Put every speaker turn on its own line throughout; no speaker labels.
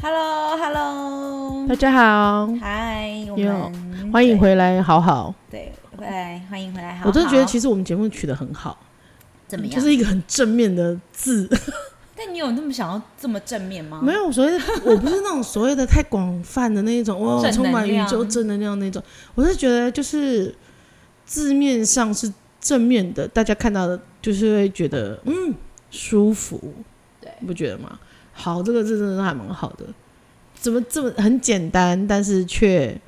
Hello，Hello，
嗯大家好，
嗨，我
哟
们
欢迎回来，好好。
对，对回来，欢迎回来。好
我真的觉得
好
其实我们节目取得很好，
怎么样？
就是一个很正面的字。
但你有那么想要这么正面吗？
没有所谓的，我不是那种所谓的太广泛的 那一种，哇，
正能
充满宇
量
宙正能量那种。我是觉得就是字面上是正面的，大家看到的就是会觉得嗯舒服，
对
你不觉得吗？好，这个字真的还蛮好的，怎么这么很简单，但是却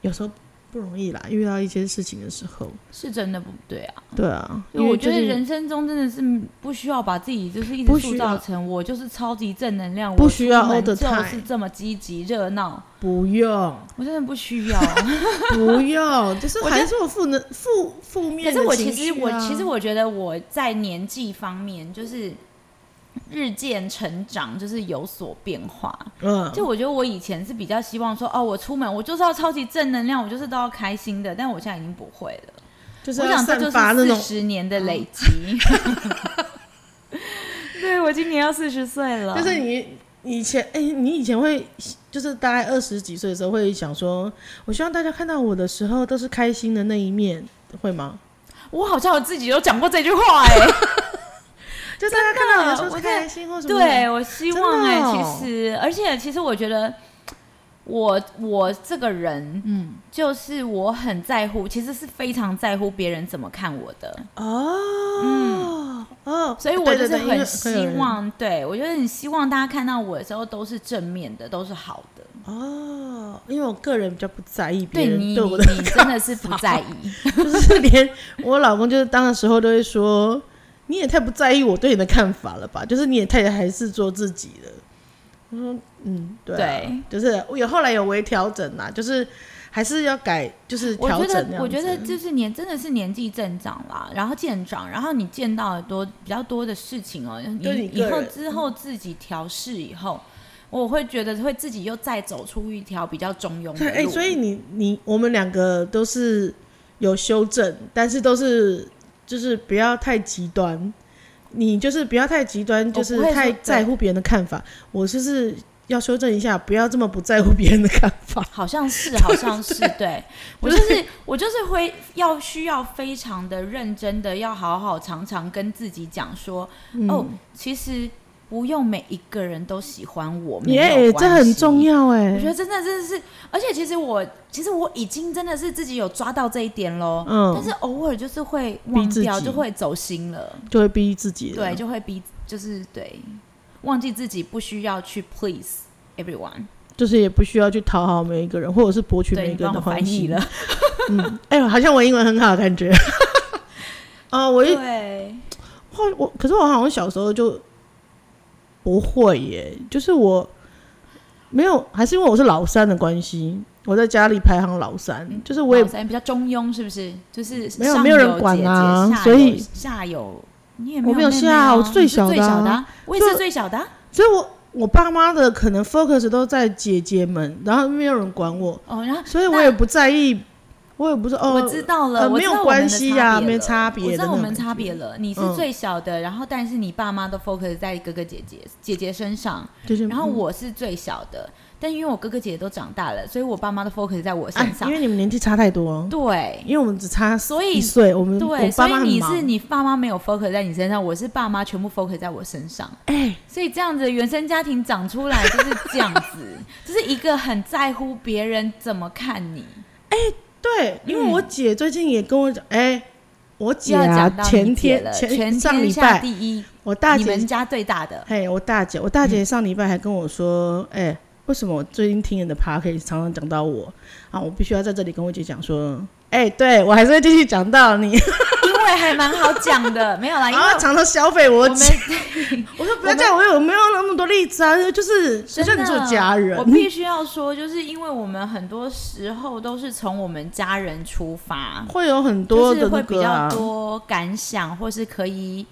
有时候不容易啦，遇到一些事情的时候，
是真的不对啊。
对啊，因为
我觉
最
得
近
人生中真的是不需要把自己就是一
不
直
需
塑
要
造成我就是超级正能量，
不需要
我
all
出
the
门就
time
是这么积极热 闹，
不用
我真的不需要。
不用，就是
我觉得
还是我负能负负
可
面
是
的
我
情
其实
绪
我
啊
其实我觉得我在年纪方面就是日渐成长，就是有所变化。
嗯，
就我觉得我以前是比较希望说，哦，我出门我就是要超级正能量，我就是都要开心的，但我现在已经不会了。
就是
我
要
想这
散
就是
发那
四
种嗯
十年的累积。 对，我今年要四十岁了。
就是你以前，哎、你以前会就是大概二十几岁的时候会想说，我希望大家看到我的时候都是开心的那一面，会吗？
我好像我自己有讲过这句话哎、
就大家看到我的时
真的
候是开心或什么的？
对，我希望哎、
真的哦
其实而且其实我觉得我我这个人，嗯，就是我很在乎，其实是非常在乎别人怎么看我的。
哦，嗯，哦，
所以我
对
就是
对对
很
因为会有
希
人
望，对我觉得很希望大家看到我的时候都是正面的，都是好的。
哦，因为我个人比较不在意别
对
人
你，
对
你
我的
你真的是不在意，
就是 连我老公就是当的时候都会说，你也太不在意我对你的看法了吧？就是你也太还是做自己了。我说，嗯，对、啊，就是我有后来有微调整啦，就是还是要改，就是
我
调
觉
整
得
那样，
我觉得
子
就是年真的是年纪增长啦，然后渐长，然后你见到的多比较多的事情哦，
对
你
你
以
个
后
人嗯
之后自己调试以后，我会觉得会自己又再走出一条比较中庸
对，
的
哎、
路。
所以你你我们两个都是有修正，但是都是就是不要太极端。你就是不要太极端，
不
就是
会说
太
对
在乎别人的看法。我就是要修正一下，不要这么不在乎别人的看法。
好像 是，好像是，对我就是我就是会要需要非常的认真的，要好好常常跟自己讲说，
嗯
哦，其实不用每一个人都喜欢我，没有
耶、这
关
很
系
重。要哎、
我觉得真的真的是，而且其实我其实我已经真的是自己有抓到这一点喽，
嗯
但是偶尔就是会忘
逼自
掉，
己
就会走心了，
就会逼自己了。
对，就会逼，就是对，忘记自己不需要去 please everyone，
就是也不需要去讨好每一个人，或者是博取
对
每
你
一个人
帮我
的欢
翻译
心
了。，
嗯， 哎呦，好像我英文很好，感觉。 哦，我一
对，
后我，可是我好像小时候就不会耶，就是我没有，还是因为我是老三的关系，我在家里排行老三，就是我也
嗯老三比较中庸，是不是？就是
没有
上
没有人管
姐姐
啊
下
所
有
以
下有你也
我没
有
有
妹妹
下啊
啊，
我是最
你是
小
最
的啊
小的啊，我也
就是
最小的啊。
所以我我爸妈的可能 focus 都在姐姐们，然后没有人管我，
哦，然后
所以我也不在意，我也不是哦，
我知道了，
呃
我
没
知
有
道我
关
们的
系
差
呀
别
没
了
差别
我知
的
道
那
我
种
们
感
差
觉
别了，你是
嗯
最小的，然后但是你爸妈都 focus 在哥哥姐姐姐姐身上，
就是
然后我是最小的，但因为我哥哥姐姐都长大了，所以我爸妈都 focus 在我
哎
身，上
因。为你们年纪差太多，
对
因为我们只差
所以
一岁，我们
对，
我
所
爸
以
妈很
你
忙
是你爸妈没有 focus 在你身上，我是爸妈全部 focus 在我身上。
哎，
所以这样子原生家庭长出来就是这样子， 就是一个很在乎别人怎么看你。
对，因为我姐最近也跟我讲，哎、我姐
嗯要
啊
讲，到你
前
姐
天
了，
前
全
上
天
礼
下
拜
第一，
我大
你
姐
们，家最大的。
嘿，我大姐，我大姐上礼拜还跟我说，哎、为什么我最近听你的 p a r k 常常讲到我啊？我必须要在这里跟我姐讲说，哎、对我还是会继续讲到你，
因为还蛮好讲 的，没有啦，因
然
为
后常常消费我
我们
姐。 我说不要这样，我有没有那么多例子啊？就是谁叫你做家人
我？必须要说，就是因为我们很多时候都是从我们家人出发，
会有很
就
多
是
的
会
那
比
个啊哎
较，多感想，或是可以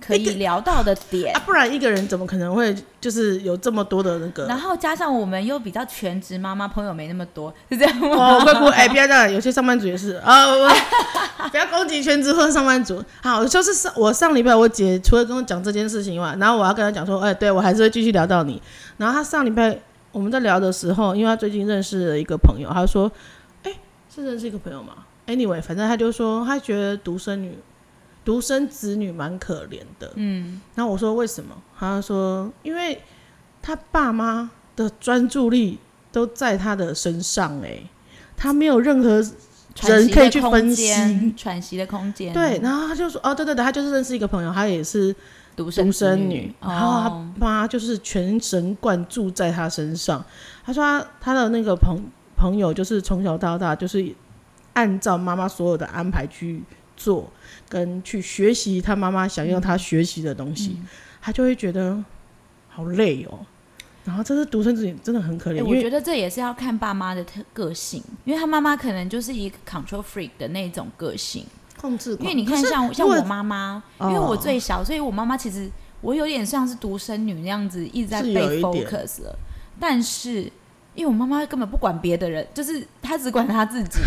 可以聊到的点
啊，。不然一个人怎么可能会就是有这么多的那个
然？后加上我们又比较全职妈妈，朋友没那么多，是这样 吗？
哦，会不会？哎，不要这样，有些上班族也是啊，我 不要攻击全职或上班族。好，就是上我上礼拜我姐除了跟我讲这件事情以外，然后我要跟她讲说，哎，对我还是会继续聊到你。然后她上礼拜我们在聊的时候，因为她最近认识了一个朋友，她说，哎，是认识一个朋友吗？Anyway，反正她就说她觉得独生女、独生子女蛮可怜的。嗯，然后我说为什么？她说因为她爸妈的专注力都在她的身上、哎。他没有任何
喘息
人可以
的
去
空
分析
间，喘息的空间，
对，，然后他就说哦，对对对，他就是认识一个朋友，他也是
独
独
生子
生
女
女，，
哦
然后他妈就是全神贯注在他身上。他说他他的那个朋朋友就是从小到大就是按照妈妈所有的安排去做，跟去学习他妈妈想要
嗯
他学习的东西，他就会觉得好累哦。然后这是独生子女真的很可怜，
欸
因
我
为
觉得这也是要看爸妈的特个性，因为他妈妈可能就是一个 control freak 的那种个性。
控制
因为
狂
你看
可是哦
像，像
如果
我妈妈，因为我最小，所以我妈妈其实我有点像是独生女那样子，一直在
是有
被
一点
focus 了。但是因为我妈妈根本不管别的人，就是她只管她自 己，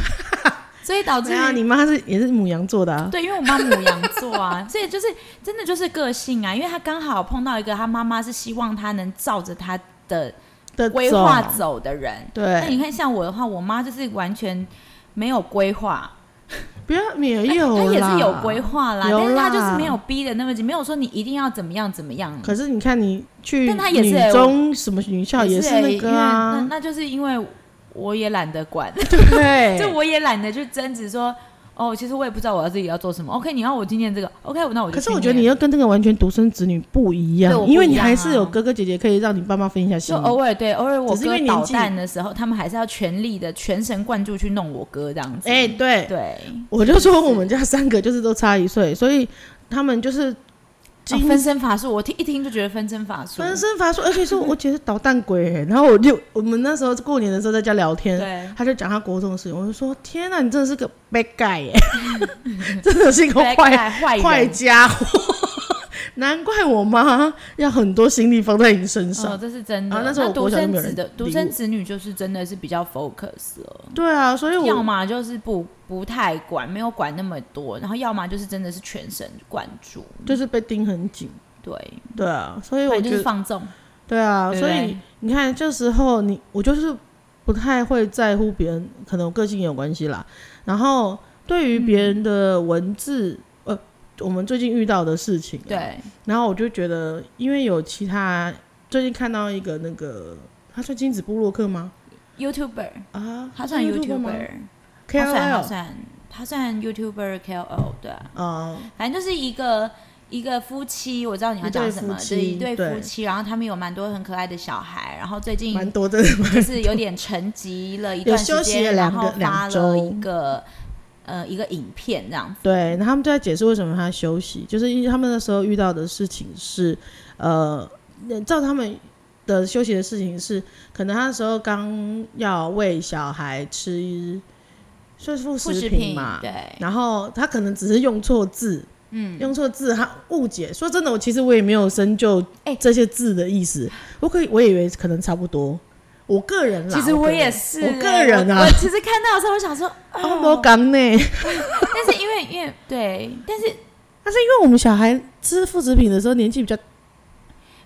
所以导致
对啊，你妈是也是母羊座的啊，
对，因为我妈母羊座啊，所以就是真的就是个性啊，因为她刚好碰到一个她妈妈是希望她能照着她的
的啊
规
种
划走的人，那
对，
你看，像我的话，我妈就是完全没有规划，
不要也
她
有，
她哎也是有规。划啦，
有
但是她就是
啦
没有逼的那么紧，没有说你一定要怎么样怎么样。
可是你看，你去
但她也是
女中什么女校
也
也
是
是
欸
那
因为
个
那
啊，
那就是因为我也懒得管，
对，
就我也懒得去争执说，哦，其实我也不知道我要自己要做什么。OK，你要我今天这个，OK，那我就去
可
念。
是我觉得你又跟那个完全独生子女不一样
对我，不
因为
一
你
样
还是
啊
有哥哥姐姐可以让你爸妈分一下心
就。偶尔对，偶尔我
只是因
哥
为年
捣
纪
蛋的时候，他们还是要全力的、全神贯注去弄我哥这样子。
哎，对，
对，
我就说我们家三个就是都差一岁，所以他们就是
哦
经
分身乏术，我听一听就觉得分身乏术。
分身乏术，而且是我姐是捣蛋鬼欸。然后我就我们那时候过年的时候在家聊天，
对。
他就讲他国中的事情，我就说天哪，你真的是个 bad guy 耶， 真的是一 个坏
坏
坏
人
家伙， 难怪我妈要很多心力放在你身上。
哦，这是真的。
啊那时候我
独
国小就
生
没有
子
人
的
理
独
我
生子女就是真的是比较 focus 了，
对啊，所以
要
我
么就是不不太管，没有管那么多，然后要么就是真的是全神贯注，
就是被盯很紧。
对，
对啊，所以
不
我
然就
觉
是
得
放纵。
对啊，
对不
所
对
以你看这时候你我就是不太会在乎别人，可能我个性也有关系啦。然后对于别人的文字，呃，我们最近遇到的事情、，啊
对，
然后我就觉得，因为有其他最近看到一个那个，他算金子部落客吗？
YouTuber，
啊，
他算
YouTuber 吗
YouTuber，他算他
？KOL
算他算 YouTuber KOL，对啊，
啊，
反正就是一个。一个夫妻，我知道你要
一对
讲什么，
夫
对一
妻
对
对
夫妻，然后他们有蛮多很可爱的小孩，然后最近
蛮多的，
就是有点沉寂了一段时
有休息
间，
了
然
两
后
个
发
两周
了一个呃一个影片这样子。
对，然后他们就在解释为什么他休息，就是因为他们那时候遇到的事情是，呃，那照他们的休息的事情是，可能他那时候刚要喂小孩吃，算是副
副
食
食
品
品
嘛，
对，
然后他可能只是用错字，嗯，用错字，他误解。说真的，我其实我也没有深究
哎
这些字的意思，我可以我以为可能差不多。我个人啦，
其实
我
我
个
也
人
是、
我个人
我
啊
我，其实看到的时候，我想说，
我没讲呢。
但是因为因为对，但是
但是因为我们小孩吃副食品的时候年纪比较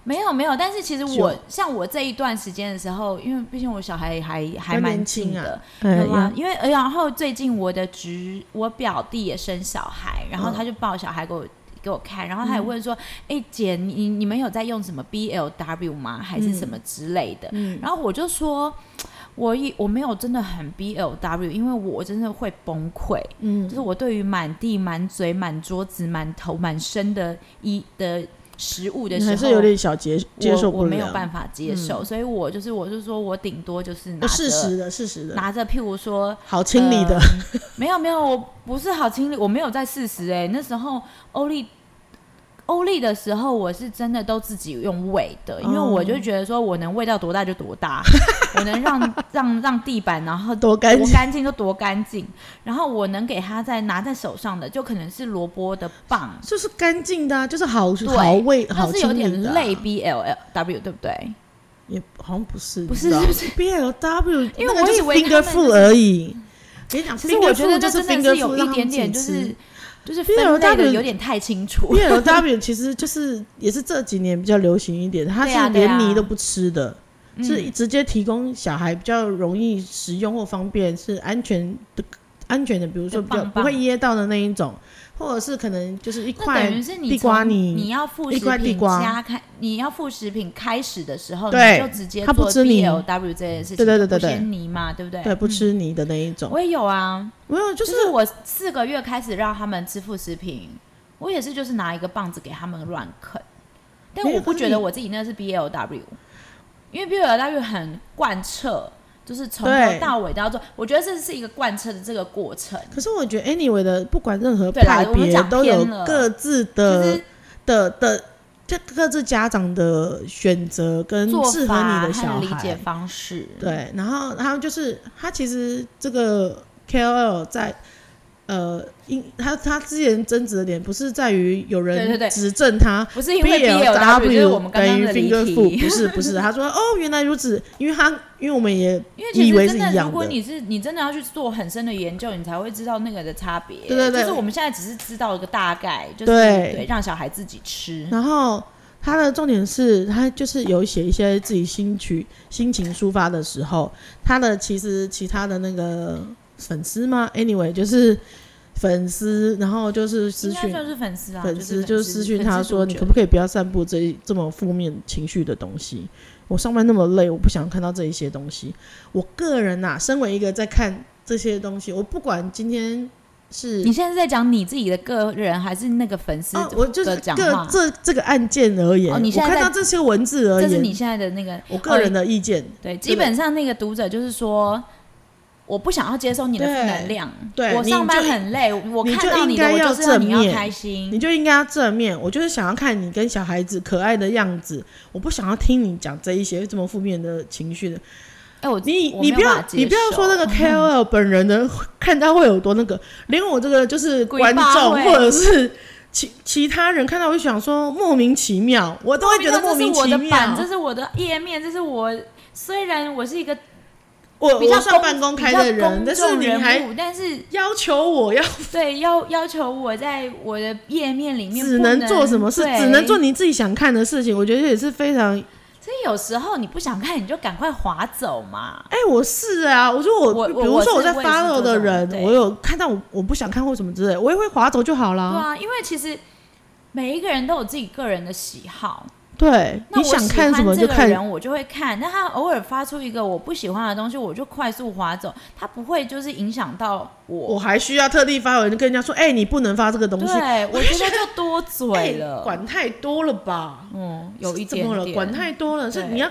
没有没有，但是其实我
就
像我这一段时间的时候，因为毕竟我小孩还还
较
蛮
年轻
近
啊
的，
哎
对啊，因为然后最近我的侄，我表弟也生小孩，然后
嗯
他就抱小孩给我。给我看，然后他也问说：“哎、姐，你你你们有在用什么 BLW 吗？
嗯
还是什么之类的？”然后我就说：“我一我没有真的很 BLW，因为我真的会崩溃。
嗯
就是我对于满地、满嘴、满桌子、满头、满身的一的食物的
你
时候，
还是有点小接接受
我
不
我
了，
没有办法接受，所以我就是我就说我顶多就是拿
哦事
着
实的事实的，
拿呃着，譬如说
好清理的，
欸没有没有，我不是好清理，我没有在四十哎，那时候欧丽欧力的时候，我是真的都自己用喂的，因为
哦
我就觉得说我能喂到多大就多 大，我能让让让地板然后
多干净
干净就多干净，然后我能给它在拿在手上的，就可能是萝卜的棒，
就是干净的、啊，就是好
对，
好味好
那是有
清
点
理的、啊。
类 B L L W 对不对？
也好像不是，
不是
你知道
是
B L W，
因为
那个
我
就是
以为他
finger
们
food
是
而已。跟你讲，
其实我觉得
finger food 就
这
是
真的
finger
是有
food，
一点点就是就是分
BLW
类的有点太清楚，
B L W 其实就是也是这几年比较流行一点，它
对啊
是
对啊
连泥都不吃的。
嗯
是直接提供小孩比较容易食用或方便，是安全的、安全的，比如说
就
比较
棒
不会
棒
噎到的那一种，或者是可能就是一
那等
块
于是你
地瓜
从
泥
你要副
一
食
块地
品
瓜
加开，你要副食品开始的时候，
对
你就直接
它不
做
吃泥
BLW 这件事情，
对对对对
不
对
先泥嘛，对不对？
对不吃泥的那一种，
我也有啊，
没有就
就是是我四个月开始让他们吃副食品，我也是就是拿一个棒子给他们乱啃，但
没有
我不
可是
觉得
你
我自己那是 BLW，因为 BLW 很贯彻，就是从
对
头到尾到做，我觉得这是一个贯彻的这个过程。
可是我觉得 anyway 的，不管任何
对啦
派
我们
别
讲
都有
偏了
各自
就
的
是
的的，这各自家长的选择跟
做
适合
法
你的小
和理解
孩。
方式，，
对，然后然后就是他其实这个 KOL 在呃，因他他之前争执的点不是在于有
对对
人
对
指证他。
不是因为 BLW 就是我
W
们刚刚
等于
的离
finger
题
food，，不是不是，他说哦原来如此，因为他因为我们也
因为其
以为
实
是
真
一
的，
样
如
的
果你是你真的要去做很深的研究，你才会知道那个的差别。
对对对
就是我们现在只是知道一个大概，就是
对
让小孩自己吃。
然后他的重点是他就是有写一些自己心曲心情抒发的时候，他的其实其他的那个粉丝嘛，anyway 就是粉丝，然后就是私
应该
讯
算是粉丝啊，
粉
丝
丝就是私讯他说，你可不
以？
可以不要散布这一这么负面情绪的东西？我上班那么累，我不想看到这一些东西。我个人呐、身为一个在看这些东西，我不管今天是
你现在是在讲你自己的个人，还是那个粉丝
哦，我就是
的讲
个
话？
这这个案件而言，
哦你
我
现在
看
在
到这些文字而
这是你哦
言，
现在的那个
我个人的意见，
对，基本上那个读者就是说，我不想要接收你的负
对
能量。
对
我
你
上班
就
很累，我
你
看
就
到你
应
的，
该
我
要
就是要你
正面
要开心。
你就应该要正面。我就是想要看你跟小孩子可爱的样子，我不想要听你讲这一些这么负面的情绪的。
哎，我
你
我
你
没
不
有
要
办法接
你不要
受
说那个 KOL 本人的看他会有多那个，连我这个就是
鬼
观
八
众
会
或者是其其他人看到，我就想说莫名其妙，我都会觉得莫名其
这是我的版，
妙
这。是我的页面，这是我。虽然我是一个
我
比较
我算
公
办公开
比
的
较
人，
公
但是
众
你
人
还
物，但是
要求我要
对要要求我在我的页面里面
只
不
能做什么事，
对
只能做。你自己想看的事情，我觉得也是非常。
所以有时候你不想看，你就赶快划走嘛。
哎、我是啊，我说我，
我
比
我
如
我
说
是
在
我也是
follow
做
的
这种
人，
对
我有看到我我不想看或什么之类，我也会划走就好
对
啦。
啊，因为其实每一个人都有自己个人的喜好。
对，
啊那
你
我
想
喜
看
欢
什么就
这个
看
人，我就会看。但他偶尔发出一个我不喜欢的东西，我就快速划走，他不会就是影响到
我还需要特地发文跟人家说，哎、你不能发这个东西，
对，我觉得就多
哎
嘴了，
管太多了吧？
嗯，有一
怎
点
么了？
点
管太多了，是
对
你要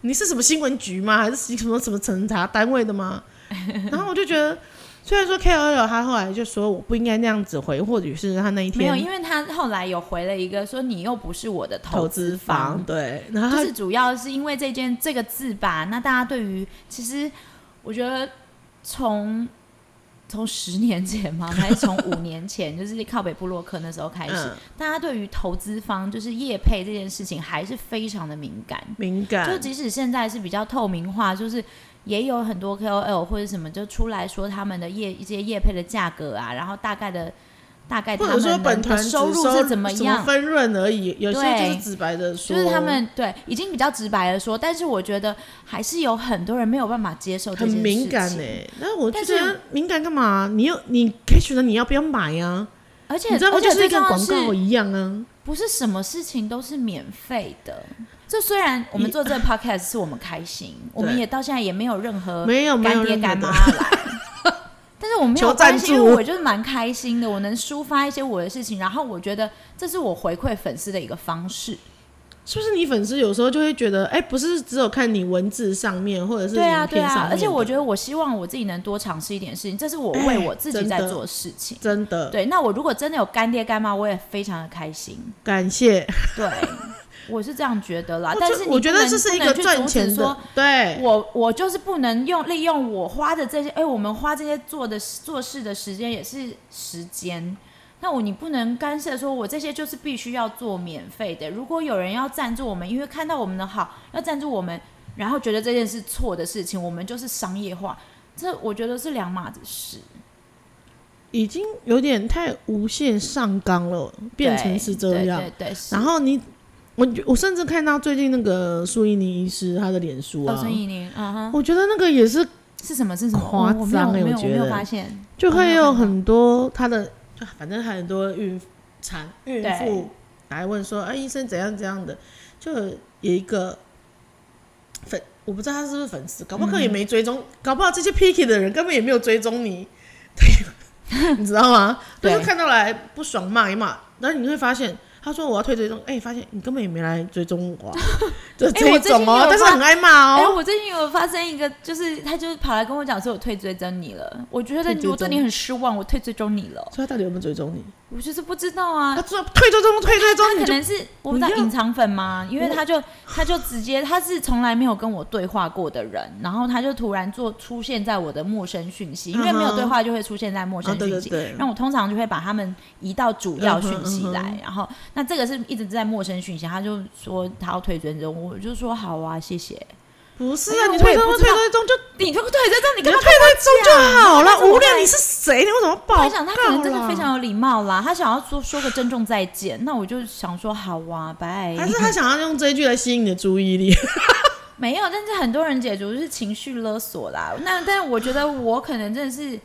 你是什么新闻局吗？还是什么什么审查单位 的吗？然后我就觉得，虽然说 KOL 他后来就说我不应该那样子回，或许是他那一
没有，
天
因为他后来有回了一个说你又不是我的
投
资
资房，对，然后
就
他
是主要是因为这件这个字吧。那大家对于其实我觉得从从十年前嘛， 还是从五年前，就是靠北部落客那时候开始，
嗯
大家对于投资方就是业配这件事情还是非常的敏感。
敏
就
感，
即使现在是比较透明化，就是也有很多 KOL 或者什么就出来说他们的业一些业配的价格啊，然后大概的大概他
或者
们
说
的
本团只
收入是怎
么
样。
分润而已，有些
对
就是直白的
就
说，
是他们对已经比较直白的说，但是我觉得还是有很多人没有办法接哦受这
很
件事情。
敏感哎、那我就
但
觉
是
得敏感干嘛？你又你可以选择你要不要买啊，
而且
你知道吗？
而且
就是
最
跟
重要的
广
是，
告一样啊。
不是什么事情都是免费的。这虽然我们做这个 podcast 是我们开心，我们也到现在也没有任何
没有没有
呃干爹
任何
干妈
的，
来。 但是我没有
求赞
关系，
助
因为我就是蛮开心的，我能抒发一些我的事情，然后我觉得这是我回馈粉丝的一个方式。
是不是你粉丝有时候就会觉得，哎、不是只有看你文字上面或者是
对啊，
影
对
片上面
啊，
的
而且我觉得我希望我自己能多尝试一点事情，这是我为
哎
我自己
真
在
的
做的事情。
真的
对，那我如果真的有干爹干妈，我也非常的开心。
感谢，
对，我是这样觉得啦。
我
但
觉
是你
我觉
不
得
能
这是
不
一
能
个
去
赚
阻止
钱
说
的，对，
我我就是不能用利用我花的这些，哎，我们花这些做的做事的时间也是时间。那我你不能干涉，说我这些就是必须要做免费的。如果有人要赞助我们，因为看到我们的好要赞助我们，然后觉得这件事错的事情，我们就是商业化，这我觉得是两码子事。
已经有点太无限上纲了，变成
对
是这样。
对对对。是
然后你，我我甚至看到最近那个苏伊尼医师他的脸书
哦，
啊，
孙怡宁，嗯哼，
我觉得那个也是
是什么是什么？
夸
我我没有
张欸
我没有
我
我
觉
没有
得
发现，
就会有
我没有看到
很多他的，啊反正还很多孕产孕妇来问说，啊，医生怎样怎样的，就有一个粉，我不知道他是不是粉丝，搞不好也没追踪，搞不好这些 picky 的人根本也没有追踪你，对，你知道吗？
对
就是看到来不爽骂一骂，然后你会发现。他说我要退追踪，哎、发现你根本也没来追踪我、啊， 就这
哎我
一
最近
种哦、
有
但是
发
很爱骂
哎、
哦、
我最近有发生一个，就是他就是跑来跟我讲说，我退追踪你了。我觉得
退
你
追踪
我对你很失望，我退追踪你了。
所以他到底有没有追踪你？
我就是不知道啊
他，说退追踪，退追踪，
他
你
可
就
能是我不知道
你就
隐藏粉吗？因为他就他就直接他是从来没有跟我对话过的人，然后他就突然做出现在我的陌生讯息，因为没有对话就会出现在陌
啊
生
嗯对
讯
对
息。
对，
那我通常就会把他们移到主要讯息来，
嗯哼嗯
然后那这个是一直在陌生讯息，他就说他要退追踪，我就说好啊，谢谢。
不是
哎
啊，
呀
你
我
退
也
中
不知
退
道
追踪就
你就退追踪，你干嘛
退追踪就好
啊那
了，
怎么
无聊。
办
你是谁？你为什么
我
报
想他
告啊
可能真的
啦
非，常有礼貌啦，他想要说说个珍重再见，那我就想说好啊，拜。
还是他想要用这一句来吸引你的注意力？
没有，但是很多人解读是情绪勒索啦。那但我觉得我可能真的是，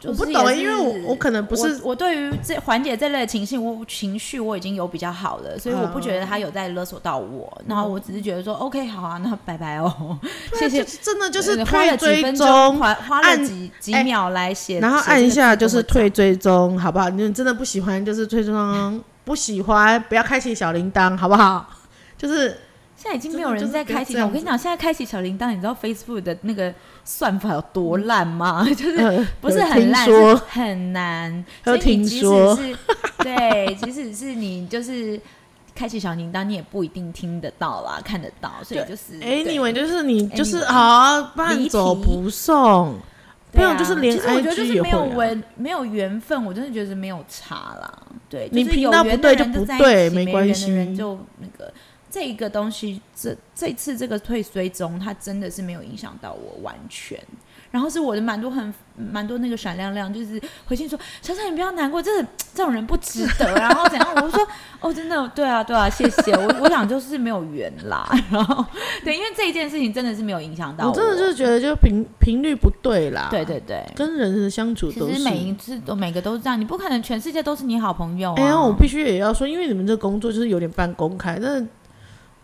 就
我
是
不懂，
也是
因为我我可能不是
我我对于这缓解这类的情绪，我情绪我已经有比较好了，所以我不觉得他有在勒索到
嗯
我。然后我只是觉得说、o k 好啊，那拜拜哦，谢谢。
就是真的啊就是
呃花
退
了几
追
分
踪
钟，，花花了
按
几几
哎
秒来写，
然后
写这
按
个
一下
字
就
跟我
是
讲
退追踪，好不好？你真的不喜欢就是退追踪，不喜欢不要开启小铃铛，好不好？ 就是
现在已经没有人在开启
真的就是不要这样子
我跟你讲，现在开启小铃铛，你知道 Facebook 的那个算法有多烂吗？ 就是
呃
不是
有
很
听
烂，
说
是很难。 所
有
以你
听
即
说
使是对， 即使是你就是开启小铃铛，你也不一定听得到啦，看得到。所以就是对
anyway 就是你就是
，anyway，
好半
离
走
题
不送，
对啊
不然就是连
其实我觉得
IG
就是
也
没有
会啊
文没有缘分，我真的觉得没有差啦。对，
你
就是
频
有
道
缘
不
的
对就
人
不
在一
对
起
没
没
关
缘的人
系
就那个这一个东西，这这次这个退追踪，它真的是没有影响到我完全。然后是我的蛮多很蛮多那个闪亮亮，就是回信说小小你不要难过，真的这种人不值得。然后怎样？我就说哦，真的对啊对啊，谢谢。我我想就是没有缘啦。然后对，因为这一件事情真的是没有影响到
我真的就是觉得就频频率不对啦，
对对对，
跟人的相处都
其
是
实每一次都每个都是这样，你不可能全世界都是你好朋友啊。
哎呀，我必须也要说，因为你们这工作就是有点半公开，但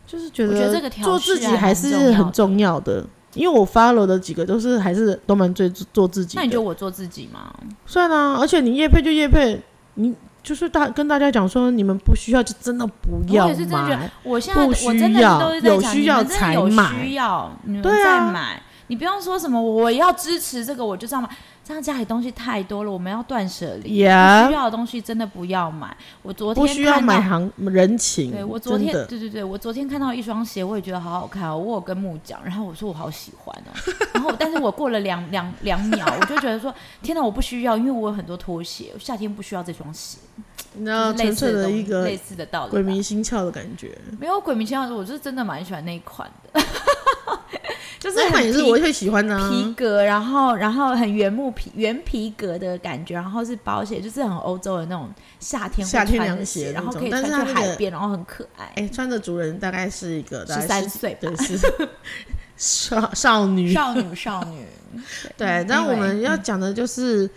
就是觉
我觉得这个调
做
试
自己
还
还
蛮重
是
要
很
的
重要的。因为我 follow 的几个都是还是都蛮最做自己
那你就
的，
我做自己嘛。
算啦、而且你叶配就叶配，你就是大跟大家讲说，你们不需要就真的不
我
要
也是真的觉得
买，
我现在
不
我真
需
的是
要
都是在
有
讲，
需
你
要
们真的
才
有
买
需要，你们
对
再
啊
买。你不用说什么，我要支持这个，我就这样买。这样家里东西太多了，我们要断舍离。不需
Yeah
要的东西真的不要买。我昨天
不需要
看
买
到
行人情。
对我昨
真
天
的
对对对，我昨天看到一双鞋，我也觉得好好看哦。我有跟木讲，然后我说我好喜欢哦，然后但是我过了两两两秒，我就觉得说天哪，我不需要，因为我有很多拖鞋，我夏天不需要这双鞋，
你知
就
道
是类
啊纯粹
似
的
东
一个
类似的道理吧。
鬼迷心窍的感觉，
没有鬼迷心窍，我是真的蛮喜欢那一款的，就是
那
很
款也是
皮
我会喜欢的、啊，
皮革，然后然后很原木皮原皮革的感觉，然后是薄鞋，就是很欧洲的那种夏天会
夏天
穿的
凉鞋
然
那
后
种
可以
但
穿
是它
去
那个
海边，然后很可爱。
哎、穿着族人大概是一个大概
13岁吧
对，是 少 少女。
少女少女，嗯
对，但我们要讲的就是、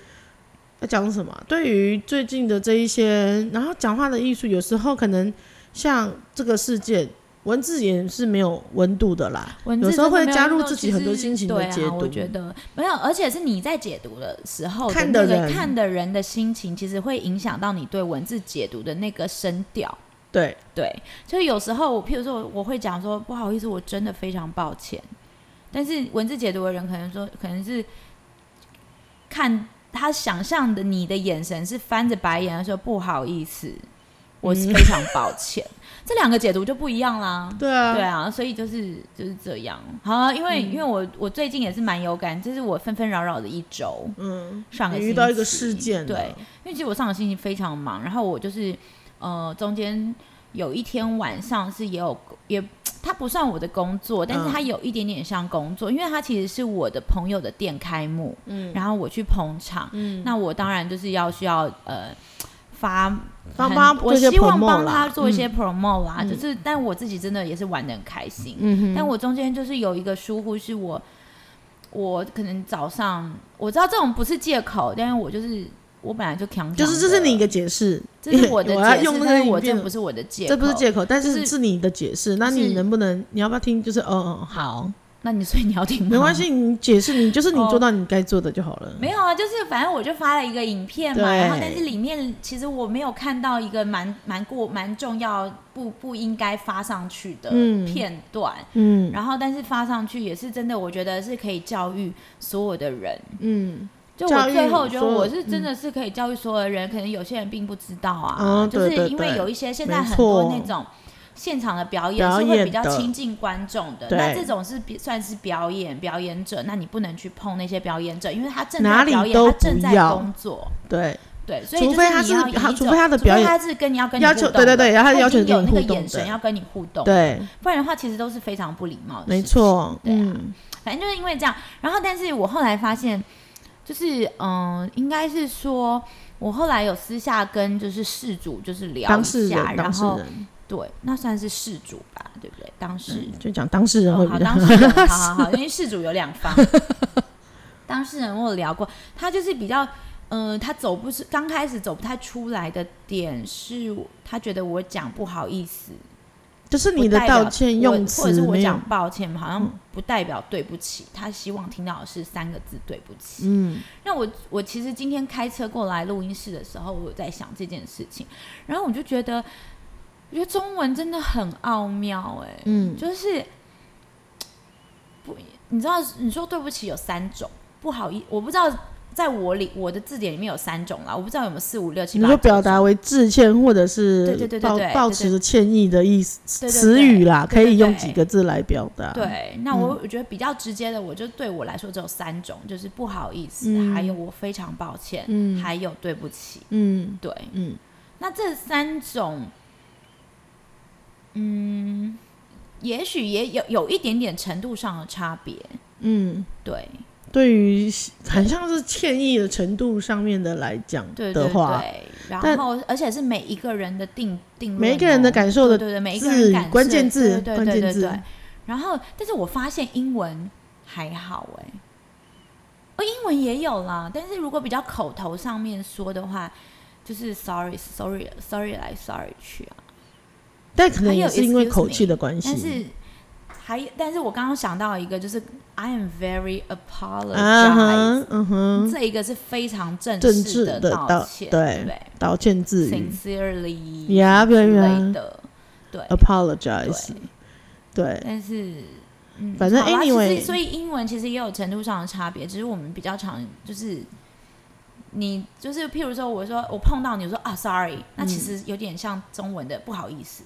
要讲什么啊？对于最近的这一些，然后讲话的艺术，有时候可能像这个世界，文字也是没有温度的啦。
文字
有时候
真的
会
没
加入
运动
自己
其
很多
实
心情的
对
解
啊、我
读
觉得没有，而且是你在解读的时候
看
的
的
那个
人
看的人的心情，其实会影响到你对文字解读的那个声调。
对，
对，就是有时候我，譬如说我，我会讲说不好意思，我真的非常抱歉。但是文字解读的人可能说，可能是看他想象的你的眼神是翻着白眼说不好意思，我是非常抱 歉。这两个解读就不一样啦。
对啊，嗯
对啊，所以就是就是这样。好、啊，因为、因为我我最近也是蛮有感，这是我纷纷扰扰的一周。
嗯，
上个
你
星期
遇到一个事件，
对，，因为其实我上个星期非常忙，然后我就是呃中间有一天晚上是也有也它不算我的工作，但
嗯
是它有一点点像工作，因为它其实是我的朋友的店开幕，
嗯
然后我去捧场，
嗯，
那我当然就是要需要呃发
帮
很
他
我
做一些
希望
promo
帮
啦
他做一些 promo 啦，
嗯
就是但我自己真的也是玩的很开心，
嗯哼，
但我中间就是有一个疏忽，是我我可能早上我知道这种不是借口，但是我就是我本来就强，
嗯就是这是你一，个解释，
这是我的
我要
解释，
用那
但
个
是我
影片
这不是我的借口，
这不是借口，但
就是是
是你的解释。那
是
你能不能，你要不要听？就是，哦哦，好，
那你所以你要听吗，
没关。系，你解释，你就是你
嗯哦
做到你该做的就好了。
没有啊，就是反正我就发了一个影片嘛，
对
然后但是里面其实我没有看到一个蛮蛮过蛮重要不不应该发上去的
嗯
片段，
嗯
然后但是发上去也是真的，我觉得是可以教育所有的人，
嗯，
就我
教育
最后觉得
所有
我是真的是可以教育所有人，可能有些人并不知道啊，
嗯
就是
对对
因为
对
有一些现在
没
很多
错
那种现场的表演
表
是会
演
比较
的
亲近观众的，
对
那这种是比算是表演表演者，那你不能去碰那些表演者，因为他正在
哪里
表演，
都
他正
不
在
要
工作，
对，
对，所以
除
就
非
是
他
你
是
要以一
他
种
除非他的表演
除非他是跟你要跟你
要
互
求
动
对对
的
对然后他
已
要求
经有
跟
那个
你互动
眼神
的
要跟你互动，，
对，
不然的话其实都是非常不礼貌的，
没。错，
对啊
嗯，
反正就是因为这样，然后但是我后来发现，就是嗯、应该是说我后来有私下跟就是事主就是聊
当
一
事
下，
人，
然
当事
后
人，
对，那算是事主吧，对不对？当事
嗯就讲当事人
哦
会
好，
比较
当事人，好好好，因为事主有两 方，当事人我有聊过，他就是比较。嗯、他走不是刚开始走不太出来的点是，他觉得我讲不好意思，
就是
不
你的
代表
道歉
我
用
或者
词嗯
是我
没有
讲，抱歉，好像不代表对不起。他希望听到的是三个字对不起。
嗯
那我我其实今天开车过来录音室的时候，我有在想这件事情，然后我就觉得，我觉得中文真的很奥妙、哎、
嗯，
就是不，你知道，你说对不起有三种，不好意，我不知道。在我里，我的字典里面有三种啦，我不知道有没有四五六七
你
八。
说表达为致歉或者
对对
是
对对
抱
对
抱
对
持着歉意的意思
对对
词语啦，
对对
可以用
对
几个字来表达，
对，那
嗯
我我觉得比较直接的，我就对我来说只有三种，就是不好意思，
嗯
还有我非常抱歉，
嗯
还有对不起。
嗯
对，
嗯，
那这三种，嗯，也许也有有一点点程度上的差别。
嗯，
对，
对于很像是歉意的程度上面的来讲
对
的
对
话，
对。
但
然后，而且是每一个人的定定论哦，
每一个人的感受
对
的
对对，每一个人
呃字
感
关
受
键字
对对
关
对
键
对
字
对。。然后，但是我发现英文还好哎、哦，英文也有啦，但是如果比较口头上面说的话，就是 sorry sorry sorry 来 sorry 去啊。
但可能
还
也
有
是因为
excuse
口气
me，
的关
但
系
是还，但是我刚刚想到一个，就是 I am very
啊
apologize，、
哈，嗯哼，
这一个是非常正
正
式
式
的
的
道
道
歉，
对
对不对
道歉自语
，sincerely
，Yeah，
之类
yeah
的，对。
apologize，对，
但是，嗯，
反正
好啦
anyway
其实所以英文其实也有程度上的差别，只是我们比较常就是你就是譬如说，我说我碰到你我说啊，sorry，那其
嗯
实有点像中文的不好意思，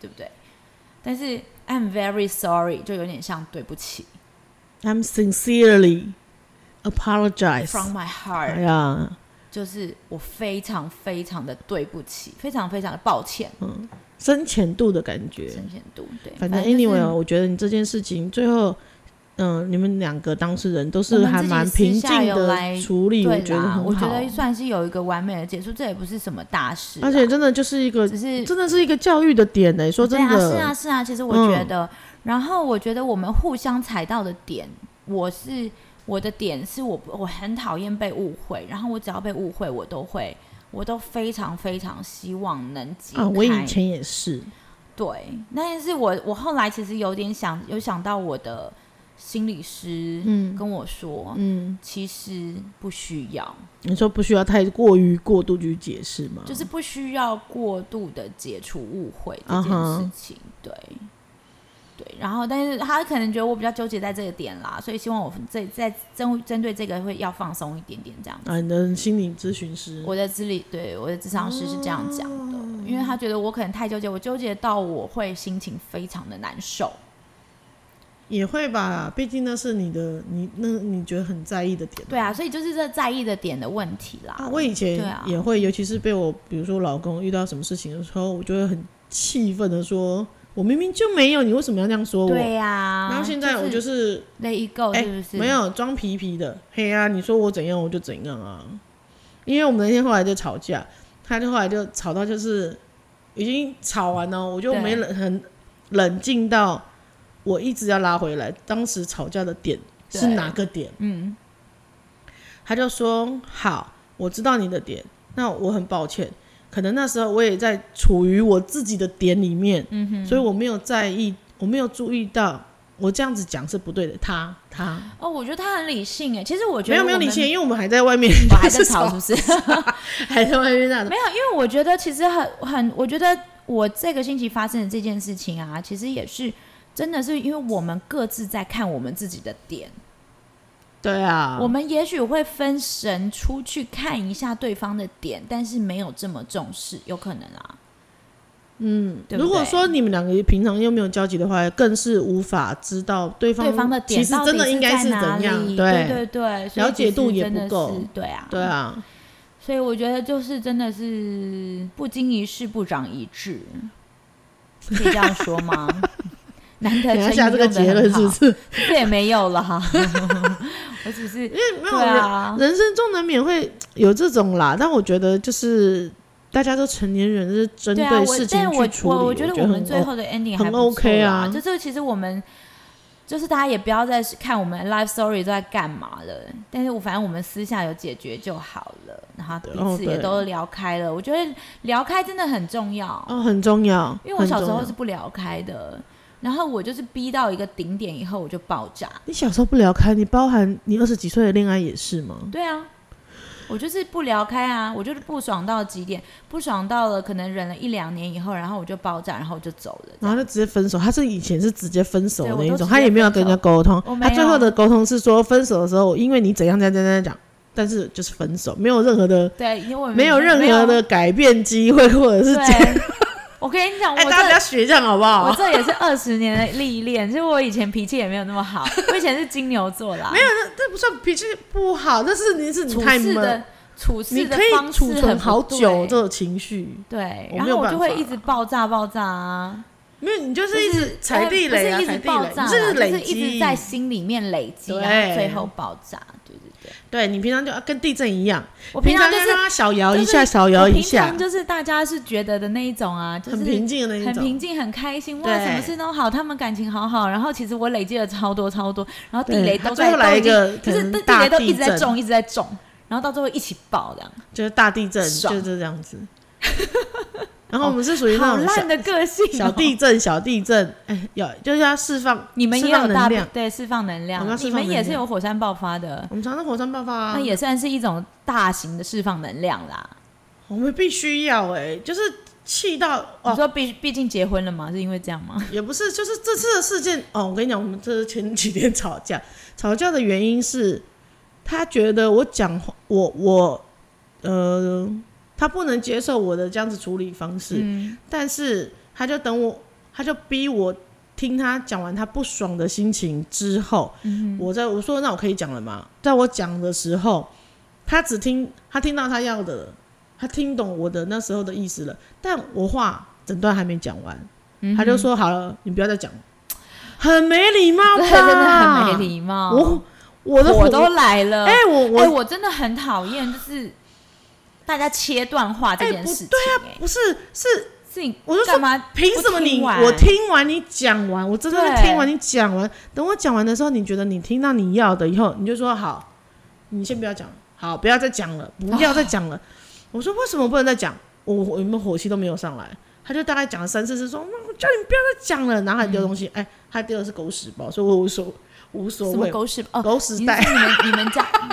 对不对？但是 I'm very sorry 就有点像对不起
I'm sincerely apologize。
，from my
哎
heart，
呀，
就是我非常非常的对不起，非常非常的抱歉，
深浅度的感觉。
深浅度对，
反正
就是
anyway，、我哦觉得你这件事情最后，嗯、你们两个当事人都
我
是
们
还
自己
蛮
私
平
下
静
有来
的处理，我
对
觉得
啦，我
很
觉
好。
得算是有一个完美的结束，这也不是什么大事啦，
而且真的就是一个，
只是
真的是一个教育的点呢、说
对
真的，
啊，是啊，是啊。其实我
嗯
觉得，然后我觉得我们互相踩到的点，我是我的点是我我很讨厌被误会，然后我只要被误会，我都会，我都非常非常希望能解开。
啊我以前也是，
对，但是我我后来其实有点想有想到我的心理师
嗯
跟我说，
嗯，
其实不需要，
你说不需要太过于过度去解释吗？
就是不需要过度的解除误会这
啊
件
哈
事情。对，对。然后，但是他可能觉得我比较纠结在这个点啦，所以希望我这在针针对这个会要放松一点点这样子。
啊，你的心理咨询师，
我的资历，对我的智商师是这样讲的，
哦
因为他觉得我可能太纠结，我纠结到我会心情非常的难受。
也会吧，毕竟那是你的，你那你觉得很在意的点。
对啊，所以就是这在意的点的问题啦。
啊，我以前
对啊
也会，尤其是被我，比如说老公遇到什么事情的时候，我就会很气愤的说：“我明明就没有，你为什么要这样说我？”
对啊呀、
然后现在我就是是
let it go，
哎
是不是？
没有装皮皮的，嘿呀、你说我怎样我就怎样啊。因为我们那天后来就吵架，他就后来就吵到就是已经吵完了，我就
对
没冷很冷静到我一直要拉回来，当时吵架的点是
对
哪个点？
嗯，
他就说：“好，我知道你的点，那我很抱歉，可能那时候我也在处于我自己的点里面，嗯哼，所以我没有在意，我没有注意到，我这样子讲是不对的。他他
哦，我觉得他很理性哎，其实我觉
没
得
有没有
我们
理性，因为 我们还在外面，
我还在
就是
吵，是不是？
还在外面那种
没有，因为我觉得其实很很，我觉得我这个星期发生的这件事情啊，其实也是真的是因为我们各自在看我们自己的点，
对啊，
我们也许会分神出去看一下对方的点，但是没有这么重视，有可能啊。嗯，对不对
如果说你们两个平常又没有交集的话，更是无法知道对方
对方的点
其实
到底
真的应该
在哪
怎样，
里
对
对对对，所以
了解度
其实
也
真的
不够
是，对啊，
对啊。
所以我觉得就是真的是不经一事不长一智，可以这样说吗？难得
等一下
成语
下这个
用得
结
很
论是不
好
是？
这也没有了哈， 我只是
因为没有
对
人
啊，
人生中难免会有这种啦，但我觉得就是大家都成年人，是针
对啊，
对
我
事情
但我
去处理。
我
我
觉
得
得我们
很哦
最
OK
后的 ending
很
还不错
OK 啊
就这其实我们。就是大家也不要再看我们 life story 都在干嘛了，但是我反正我们私下有解决就好了，然后彼
哦
此也
对
都聊开了。我觉得聊开真的很重要，
哦，很重要，
因为我小时候
很重
是
要
不聊开的，然后我就是逼到一个顶点以后我就爆炸。
你小时候不聊开，你包含你二十几岁的恋爱也是吗？
对啊，我就是不聊开啊，我就是不爽到极点，不爽到了可能忍了一两年以后，然后我就爆炸，然后我就走了这
然
样。
后就直接分手，他是以前是直接分手的那
对
一
我都
种，
直接
他也没有跟人家沟通
手我，没
他
有
最后的沟通是说分手的时候，因为你怎样怎样怎样怎样讲，但是就是分手，没有任何的
对，因为我
没有任
没有
何的改变机会或者是这样，
对。我跟你讲，我
哎，大家不要啊
这
学这样好不
我
好？
这也是二十年的历练，就是我以前脾气也没有那么好，我以前是金牛座 啦，没有
这不算脾气不好，但是你是你
处
太
事
闷
的处事
你
的
可以
方
储
式
存
很不
好久
对
这种情绪，
对，
我
然
没有
后我
办
就会
法
一直爆炸爆炸啊。
没有你就是
就
一
是呃
直踩地雷啊，
哎不是
踩
一直
地
爆
雷，
炸啦，
你这
就
累
是一直在
积。
心里面累积，
对
然后最后爆炸。对对对，
对你平常就要跟地震一样，
我平常就
平
是
要让它小摇
就
一
是
下，小摇
我
一
平
下
常，就是大家是觉得的那一种啊，就是
很平静的那一
很平
种。
静，很开心，哇，
对
什么事都好，他们感情好好。然后其实我累积了超多超多，然后地
对
雷
它
都
最
在
后来
都
一
已经
个
就
可
是
能
地
大
雷都
地
一直在
震
中，一直在中，然后到最后一起爆这样。
就是大地震，
爽
就是这样 子。然后我们是属于那
好
种
烂
小
的个性哦，
小地震，小地震，哎，要就是要释放，
你们
释
也有
放
大
能
部
量。
对释放能
我
量
们要，释
你
放
们
能
也是
量
有火山爆发的，
我们常常火山爆发啊
那，也算是一种大型的释放能量啦。
我们必须要哎，就是气到
你
哦，
说毕毕竟结婚了嘛，是因为这样吗？
也不是，就是这次的事件哦。我跟你讲，我们这是前几天吵架，吵架的原因是他觉得我讲话，我我呃，他不能接受我的这样子处理方式，
嗯，
但是他就等我，他就逼我听他讲完他不爽的心情之后，
嗯
我在我说那我可以讲了吗？在我讲的时候，他只听他听到他要的了，他听懂我的那时候的意思了，但我话整段还没讲完。
嗯
他就说好了，你不要再讲了，很没礼貌 吧？
对，真的很没礼貌。
我我的
火啊都来了，
哎、
哎、
我我、
我真的很讨厌，就是大家切断话这件事情、哎、
不是是，
是你
我就说
干嘛？
凭什么你
不听完
我听完你讲完，我真的是
对
听完你讲完，等我讲完的时候，你觉得你听到你要的以后，你就说好，你先不要讲，好，不要再讲了，不要再讲
哦
了。我说为什么不能再讲？我我有没有火气都没有上来，他就大概讲了三四次说，嗯我叫你不要再讲了，然后还丢东西，哎、他丢的是狗屎包，所以我无所无所
什么
谓，
狗屎哦，
狗屎
你
袋
是，你们你们家哎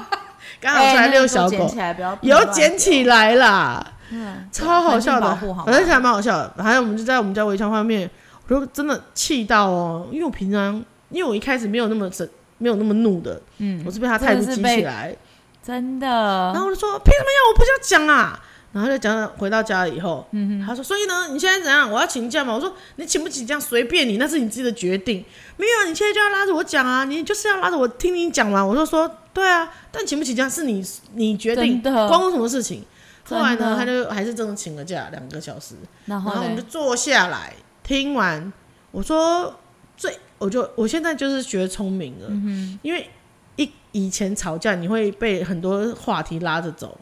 刚好出来
那个
遛
给
小
我捡
狗
起，来，不要不
有
要
捡起来啦。
嗯，
超好笑的
环境保护好，
反正还蛮好笑的。还有我们就在我们家围墙外面，我就真的气到哦，因为我平常因为我一开始没有那么神，没有那么怒的，
嗯
我，是被他态度
真的
激
是被
起来，
真
然
的，
后我就说凭什么要我不想讲啊？然后就讲了，回到家以后，
嗯
他说所以呢，你现在怎样？我要请假嘛？我说你请不请假随便你，那是你自己的决定。没有，啊，你现在就要拉着我讲啊，你就是要拉着我听你讲完。我就说对啊，但请不请假是你你决定，
真的
关我什么事情？后来
真
呢，
的
他就还是真的请了假两个小时。
哼，然
然
后
后我们就
嘞，
坐下来听完，我说最，我就我现在就是学聪明了，
嗯
因为一以前吵架你会被很多话题拉着走，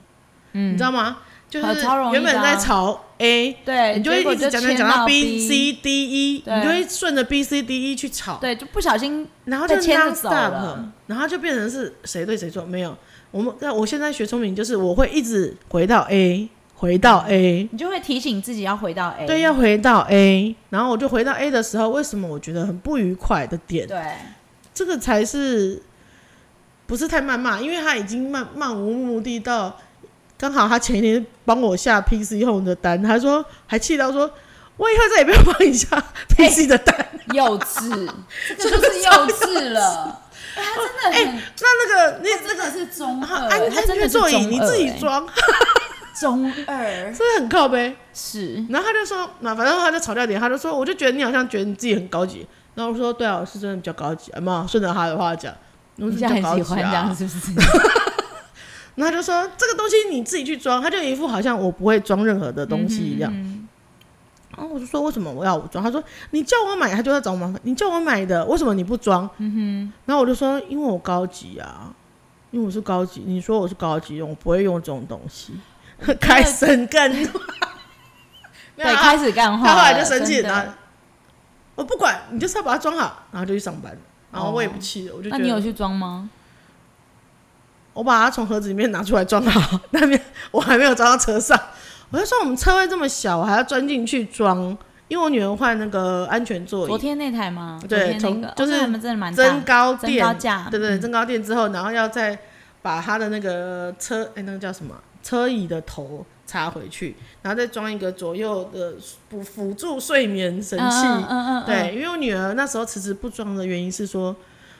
你
嗯
知，道吗？就是
啊超容易的
原本在
啊
吵 A，、
对，
你就会
结果
一直讲讲
牵
讲
到
B C D E，
对
你就会顺着 B C D E 去吵，
对，就不小心
然后就
被牵着
non
走
stop，
了
然后就变成是谁对谁错没有。我们那我现在学聪明，就是我会一直回到 A，回到 A，
你就会提醒自己要回到 A，
对，要回到 A，然后我就回到 A 的时候，为什么我觉得很不愉快的点？
对，
这个才是不是太谩骂，因为他已经漫漫无目的到，刚好他前一天帮我下 PC Home 的单，他说还气到说，我以后再也不要帮你
哎
下 PC 的单。
幼 稚，这个就是幼稚了。哎，他真的很，
那那个那
这个是中
啊
二，
安
他真
安
的
全
是
座椅你
中二
自己
哎
装，
中二
真的很靠呗。
是
然后他就说，那反正他就吵掉点，他就说，我就觉得你好像觉得你自己很高级。然后我说，对啊，我是真的比较高级，啊嘛，顺着他的话讲，我是
你
比
现
较
在
高
很
级、
喜
啊、
欢这样是不 是？
然后他就说这个东西你自己去装，他就一副好像我不会装任何的东西一
嗯
样。然后我就说为什么我要我装？他说你叫我买，他就要找我麻烦。你叫我买的，为什么你不装？嗯哼。然后我就说因为我高级啊，因为我是高级。你说我是高级，我不会用这种东西， 开生 更多。没有
对，
啊
开始干话
他
了，
后来就生气，
哦真的
然后我不管，你就是要把它装好，然后就去上班。然后我也不气了，我就觉
哦那你有
得
去装吗？
我把它从盒子里面拿出来装好， 那边我还没有装到车上。我就说我们车位这么小，我还要钻进去装，因为我女儿换那个安全座
昨
椅，
天那台吗？
对
昨天那
从
个，
就是
哦那他们真的蛮大
增高
增高
垫，
架，
对对，
嗯，
增高垫之后，然后要再把她的那个车，哎、那个叫什么啊？车椅的头插回去，然后再装一个左右的辅辅助睡眠神器。
嗯嗯嗯嗯，
对，因为我女儿那时候迟迟不装的原因是说，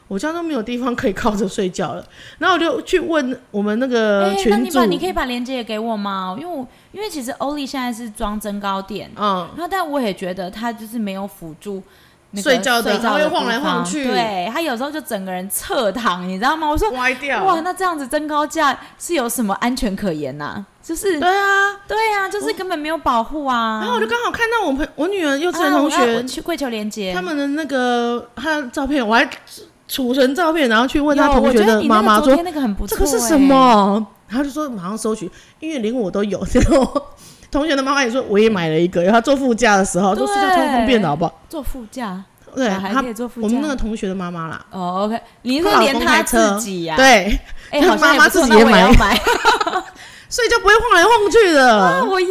我家都没有地方可以靠着睡觉了。然后我就去问我们那个
哎，那
呃群
你
主，
把你可以把链接也给我吗？因为我因为其实欧丽现在是装增高垫，
嗯，
然后但我也觉得他就是没有辅助那个
睡觉的
睡觉
他会
的
晃来
地方
晃去
对他有时候就整个人侧躺，你知道吗？我说
歪掉。
哇，那这样子增高架是有什么安全可言呐、就是
对啊，
对啊，就是根本没有保护啊。
然后我就刚好看到我朋我女儿幼稚园
啊
同
我要我
学、
去跪求连接，
他们的那个她的照片，我还储存照片，然后去问她
有
同
我
学
觉得
的
你那
妈
个
妈
昨
说
天那个很不错、欸
这个是什？么？然后就说马上搜取，因为连我都有。 然后同学的妈妈也说我也买了一个，然后她坐副驾的时候说睡觉超方便的好不好？
坐副驾，
对，
小孩
她
可以坐副驾。
我们那个同学的妈妈啦，
哦，OK，你是
她
说
老
连
公
他
开车
自己呀、，
对，
哎、
那
好像也
妈
不
妈
错
自己也
那我
买
要 买
所以就不会晃来晃去
啊，
的，
我要。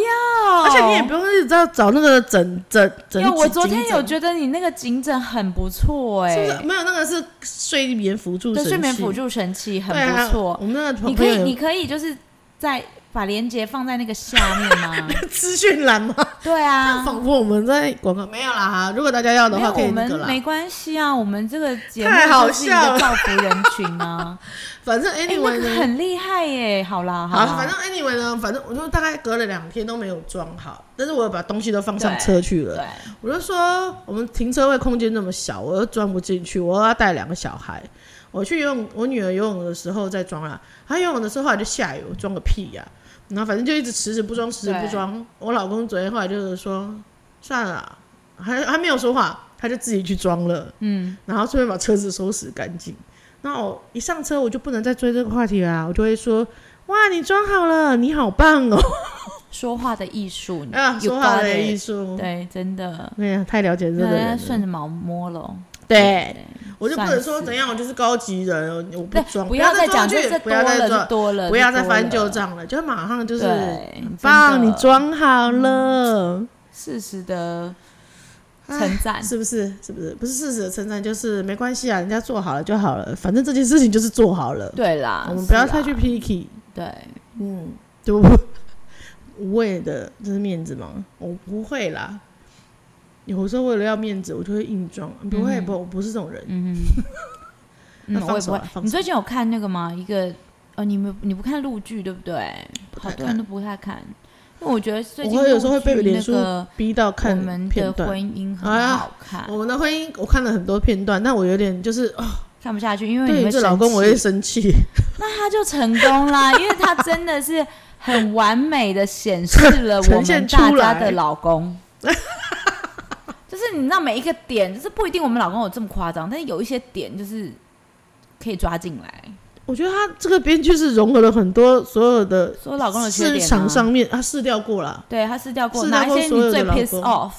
而且你也不用一直在找那个整整整
因为
紧。
我昨天有
紧
觉得你那个颈枕很不错哎、
是不是没有那个是睡眠辅助
对
神器？
睡眠辅助神器很
对啊
不错。
我们那个
你
朋
可以，
友
你
有
可以就是在把链接放在那个下面吗？
资讯栏吗？
对啊，
仿佛我们在广告没有啦。如果大家要的
没
话，
有
可以
我
那
们
个啦。
没关系啊，我们这个节目
太好
就是一
笑了
个造福人群啊。
反正
哎、那
anyway
个
呢，
很厉害耶！好啦，
好，
啦，
反正 anyway 呢，反正我就大概隔了两天都没有装好，但是我有把东西都放上
对
车去了。
对，
我就说我们停车位空间那么小，我又钻不进去，我要带两个小孩。我去游泳，我女儿游泳的时候再装啦，她游泳的时候后来啊就下雨，我装个屁呀、然后反正就一直迟迟不装，迟迟不装。我老公昨天后来就是说算了啊，还还没有说话，他就自己去装了，嗯，然后顺便把车子收拾干净。那我一上车我就不能再追这个话题啦、我就会说哇，你装好了，你好棒哦，
说话的艺术，你
啊，
you
说话
got
的
it
艺术，
对，真的，
哎呀，太了解这个
大
人
家
了，
顺着毛摸了。
对。我就不能
算
说
是
怎样，我就是高级人，我不
对，
装，
不要
再
再讲
去
这这，
不
多
要再
了就
装，
多了，
不要再
就多了
翻旧，账了，就马上就是
对，嗯
棒，
真的
你装好了。
适时的称赞，
是不是？是不是？不是事实的称赞，就是没关系啊，人家做好了就好了，反正这件事情就是做好了。
对啦，
我们不要
是啊啦
太去 picky，
对，
嗯，对不？无谓的，这是面子吗？我不会啦。有时候为了要面子，我就会硬装，不会，不，我不是这种人。
嗯，
那
嗯，我
放
也不
手
会
啊。放
你
手
最近有看那个吗？一个哦，你们你不看陆剧对不对？
不
好
太
多人
看
都，不太看，因为我觉得最
我
近
会有时候
陆
会被
剧
脸
那
书
个
逼到
我
看
们
片
的
段
婚。姻很
啊
好看，
我们的婚姻，我看了很多片段，但我有点就是，哦、
看不下去，因为
对
你
于
会
这
生
老公我
气
会生气。
那他就成功 啦，因为他真的是很完美的显示了我
呈现
们
出
大家
来
的老 公。就是你知道每一个点，就是不一定我们老公有这么夸张，但是有一些点就是可以抓进来。
我觉得他这个编剧是融合了很多所有的
说老公的缺
市
点、
场上
啊，
面，他试掉过了，
对他试掉过
试掉
哪一
过
些
所
你
有的
最
老
piss
公
off，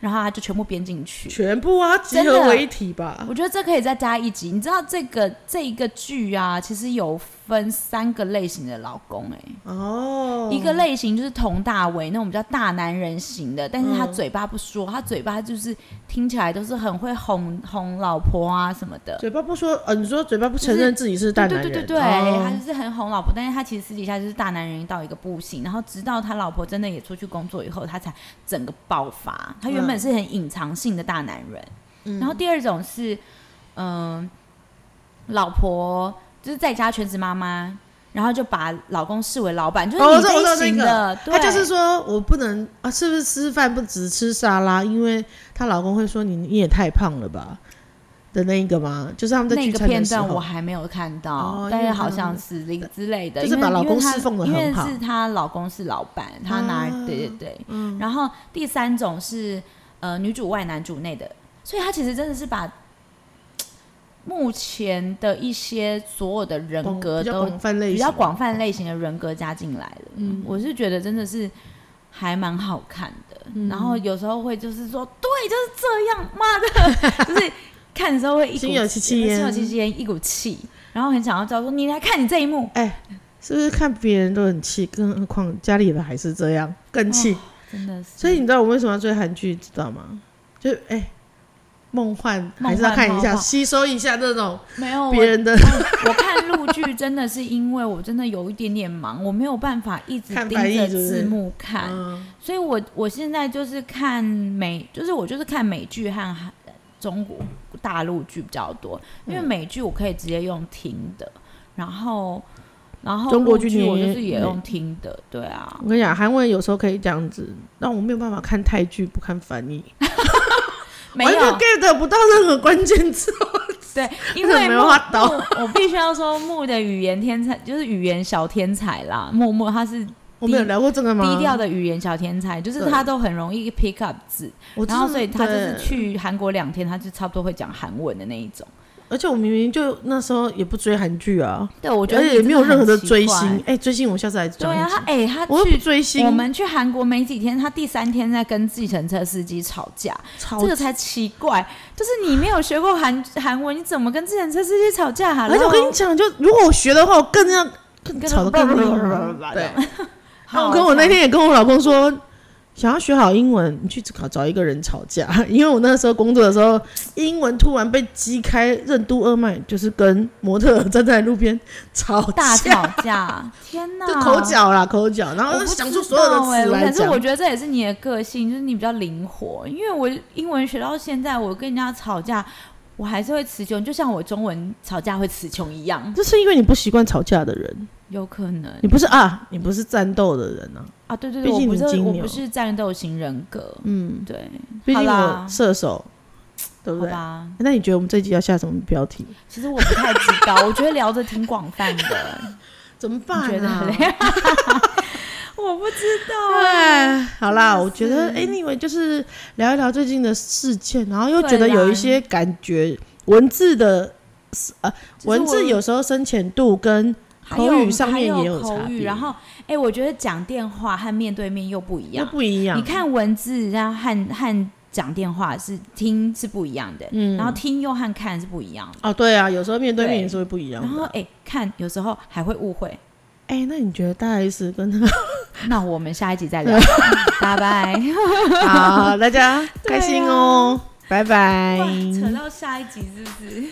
然后他就全部编进去。
全部啊集
真的
合为一体吧
我。觉得这可以再加一集。你知道这个这一个剧啊，其实有分三个类型的老公哎、
哦，
一个类型就是佟大为那种比较大男人型的，但是
嗯
他嘴巴不说，他嘴巴就是听起来都是很会哄哄老婆啊什么的。
嘴巴不说，呃，你说嘴巴不承认自己是大
对
男
对
人，
对对对，他
哦
就是很哄老婆，但是他其实私底下就是大男人到一个不行。然后直到他老婆真的也出去工作以后，他才整个爆发。他
嗯
原本是很隐藏性的大男人。然后第二种是，嗯、老婆就是在家全职妈妈，然后就把老公视为老板，就是
哦
你
我知道我知道
一
这
型
个
的，对
他就是说我不能啊，是不是吃饭不只吃沙拉？因为她老公会说你你也太胖了吧的那一个吗？就是他们在
那
聚
个
餐
片
的时
段我
候，
还没有看到，
哦
但
因
是
为他
好像
们
是零之类的，
就是
因为
把老公
因为她
侍奉得
因
很
为
好
是她老公是老板，她拿、
啊
对对对，然后第三种是呃女主外男主内的，所以她其实真的是把。目前的一些所有的人
广
格
比较
都
广泛类型，
比较广泛类型的人格加进来了。嗯，我是觉得真的是还蛮好看的。
嗯
然后有时候会就是说，对，就是这样，妈的， 就是看的时候会一股
心有戚戚
心有
焉
戚戚焉，一股气，然后很想要叫说，你来看你这一幕，
哎，是不是看别人都很气，更何况家里的还是这样，更气。
哦真的是。
所以你知道我为什么要追韩剧，知道吗？就哎，梦幻
梦幻
还是要看一
泡
下，
泡
吸收一下这种
没有
别
我。
人的
我看陆剧真的是因为我真的有一点点忙，我没有办法一直
看
盯
翻译
着
是不是
字幕看，
嗯
所以我我现在就是看美，就是我就是看美剧和韩中国大陆剧比较多，因为
嗯
美剧我可以直接用听的，然后然后
中国
陆
剧
剧
你
我就
也
是也用听的，对啊，
我跟你讲，韩文有时候可以这样子，但我没有办法看泰剧不看翻译，
没
完全
有
get 不到任何关键字。
对，因
真的
为
没
木
有法倒
木我必须要说木的语言天才就是语言小天才啦，木木他是
我们有聊过这个吗？
低调的语言小天才，就是
对
他都很容易 pick up 字，
我知道，
然后所以他就是
对
去韩国两天，他就差不多会讲韩文的那一种。
而且我明明就那时候也不追韩剧啊，
对，我觉
而
得
且
你
也没有
真的
任何
很
的
奇
追
怪
星。。哎，追星我下次来
对
讲一
啊，他
集。
哎、他
我又不
去
追星，
我们去韩国没几天，他第三天在跟计程车司机吵架，
超
这个才奇怪。就是你没有学过韩韩文，你怎么跟计程车司机吵架哈、啊？
而且我跟你讲，就如果我学的话，我更要更
更
吵得更厉害。
对
对， 那我跟我那
天
天也跟我老公说，想要学好英文，你去找找一个人吵架， 因为我那时候工作的时候，英文突然被激开，任督二脉就是跟模特儿站在路边吵
大
架，
吵架，天哪！
就口。角啦，口角，然
我
后
不
想
知
出所有的
道欸
词来
可是我
讲。
觉得这也是你的个性，就是你比较灵活。因为我英文学到现在，我跟人家吵架，我还是会词穷，就像我中文吵架会词穷一样，
这是因为你不习惯吵架的人，
有可能。
你不是啊，你不是战斗的人啊，
啊，对对
毕
对，我
竟
不
你
是
金
我
牛
不是战斗型人格，
嗯，
对，
毕竟
好
我
啦
射手，对不
好
对？
吧。
那你觉得我们这集要下什么标题？
其实我不太知道，我觉得聊的挺广泛 的，
怎么
你觉
办
得
啊？
嘞？ 我不知道啊。
哎，好啦，
真的
我觉得
是
anyway 就是聊一聊最近的事件，然后又觉得
对啦
有一些感觉，文字的
就是
文字
我
有时候深浅度跟
还
口
有
语上
还
面
有
也有
口
差
语
别
然后，哎，我觉得讲电话和面对面又不一
又
样。
不一样。
你，看文字，然后和和讲电话是听是不一样的，
嗯
然后听又和看是不一样的。
哦，对啊，有时候面对面
对
也是会不一样
然后
的。
哎，看有时候还会误会，
哎、那你觉得大 S 跟他
那我们下一集再聊，嗯拜拜。
好，大家开心哦，拜拜。
扯到下一集是不是？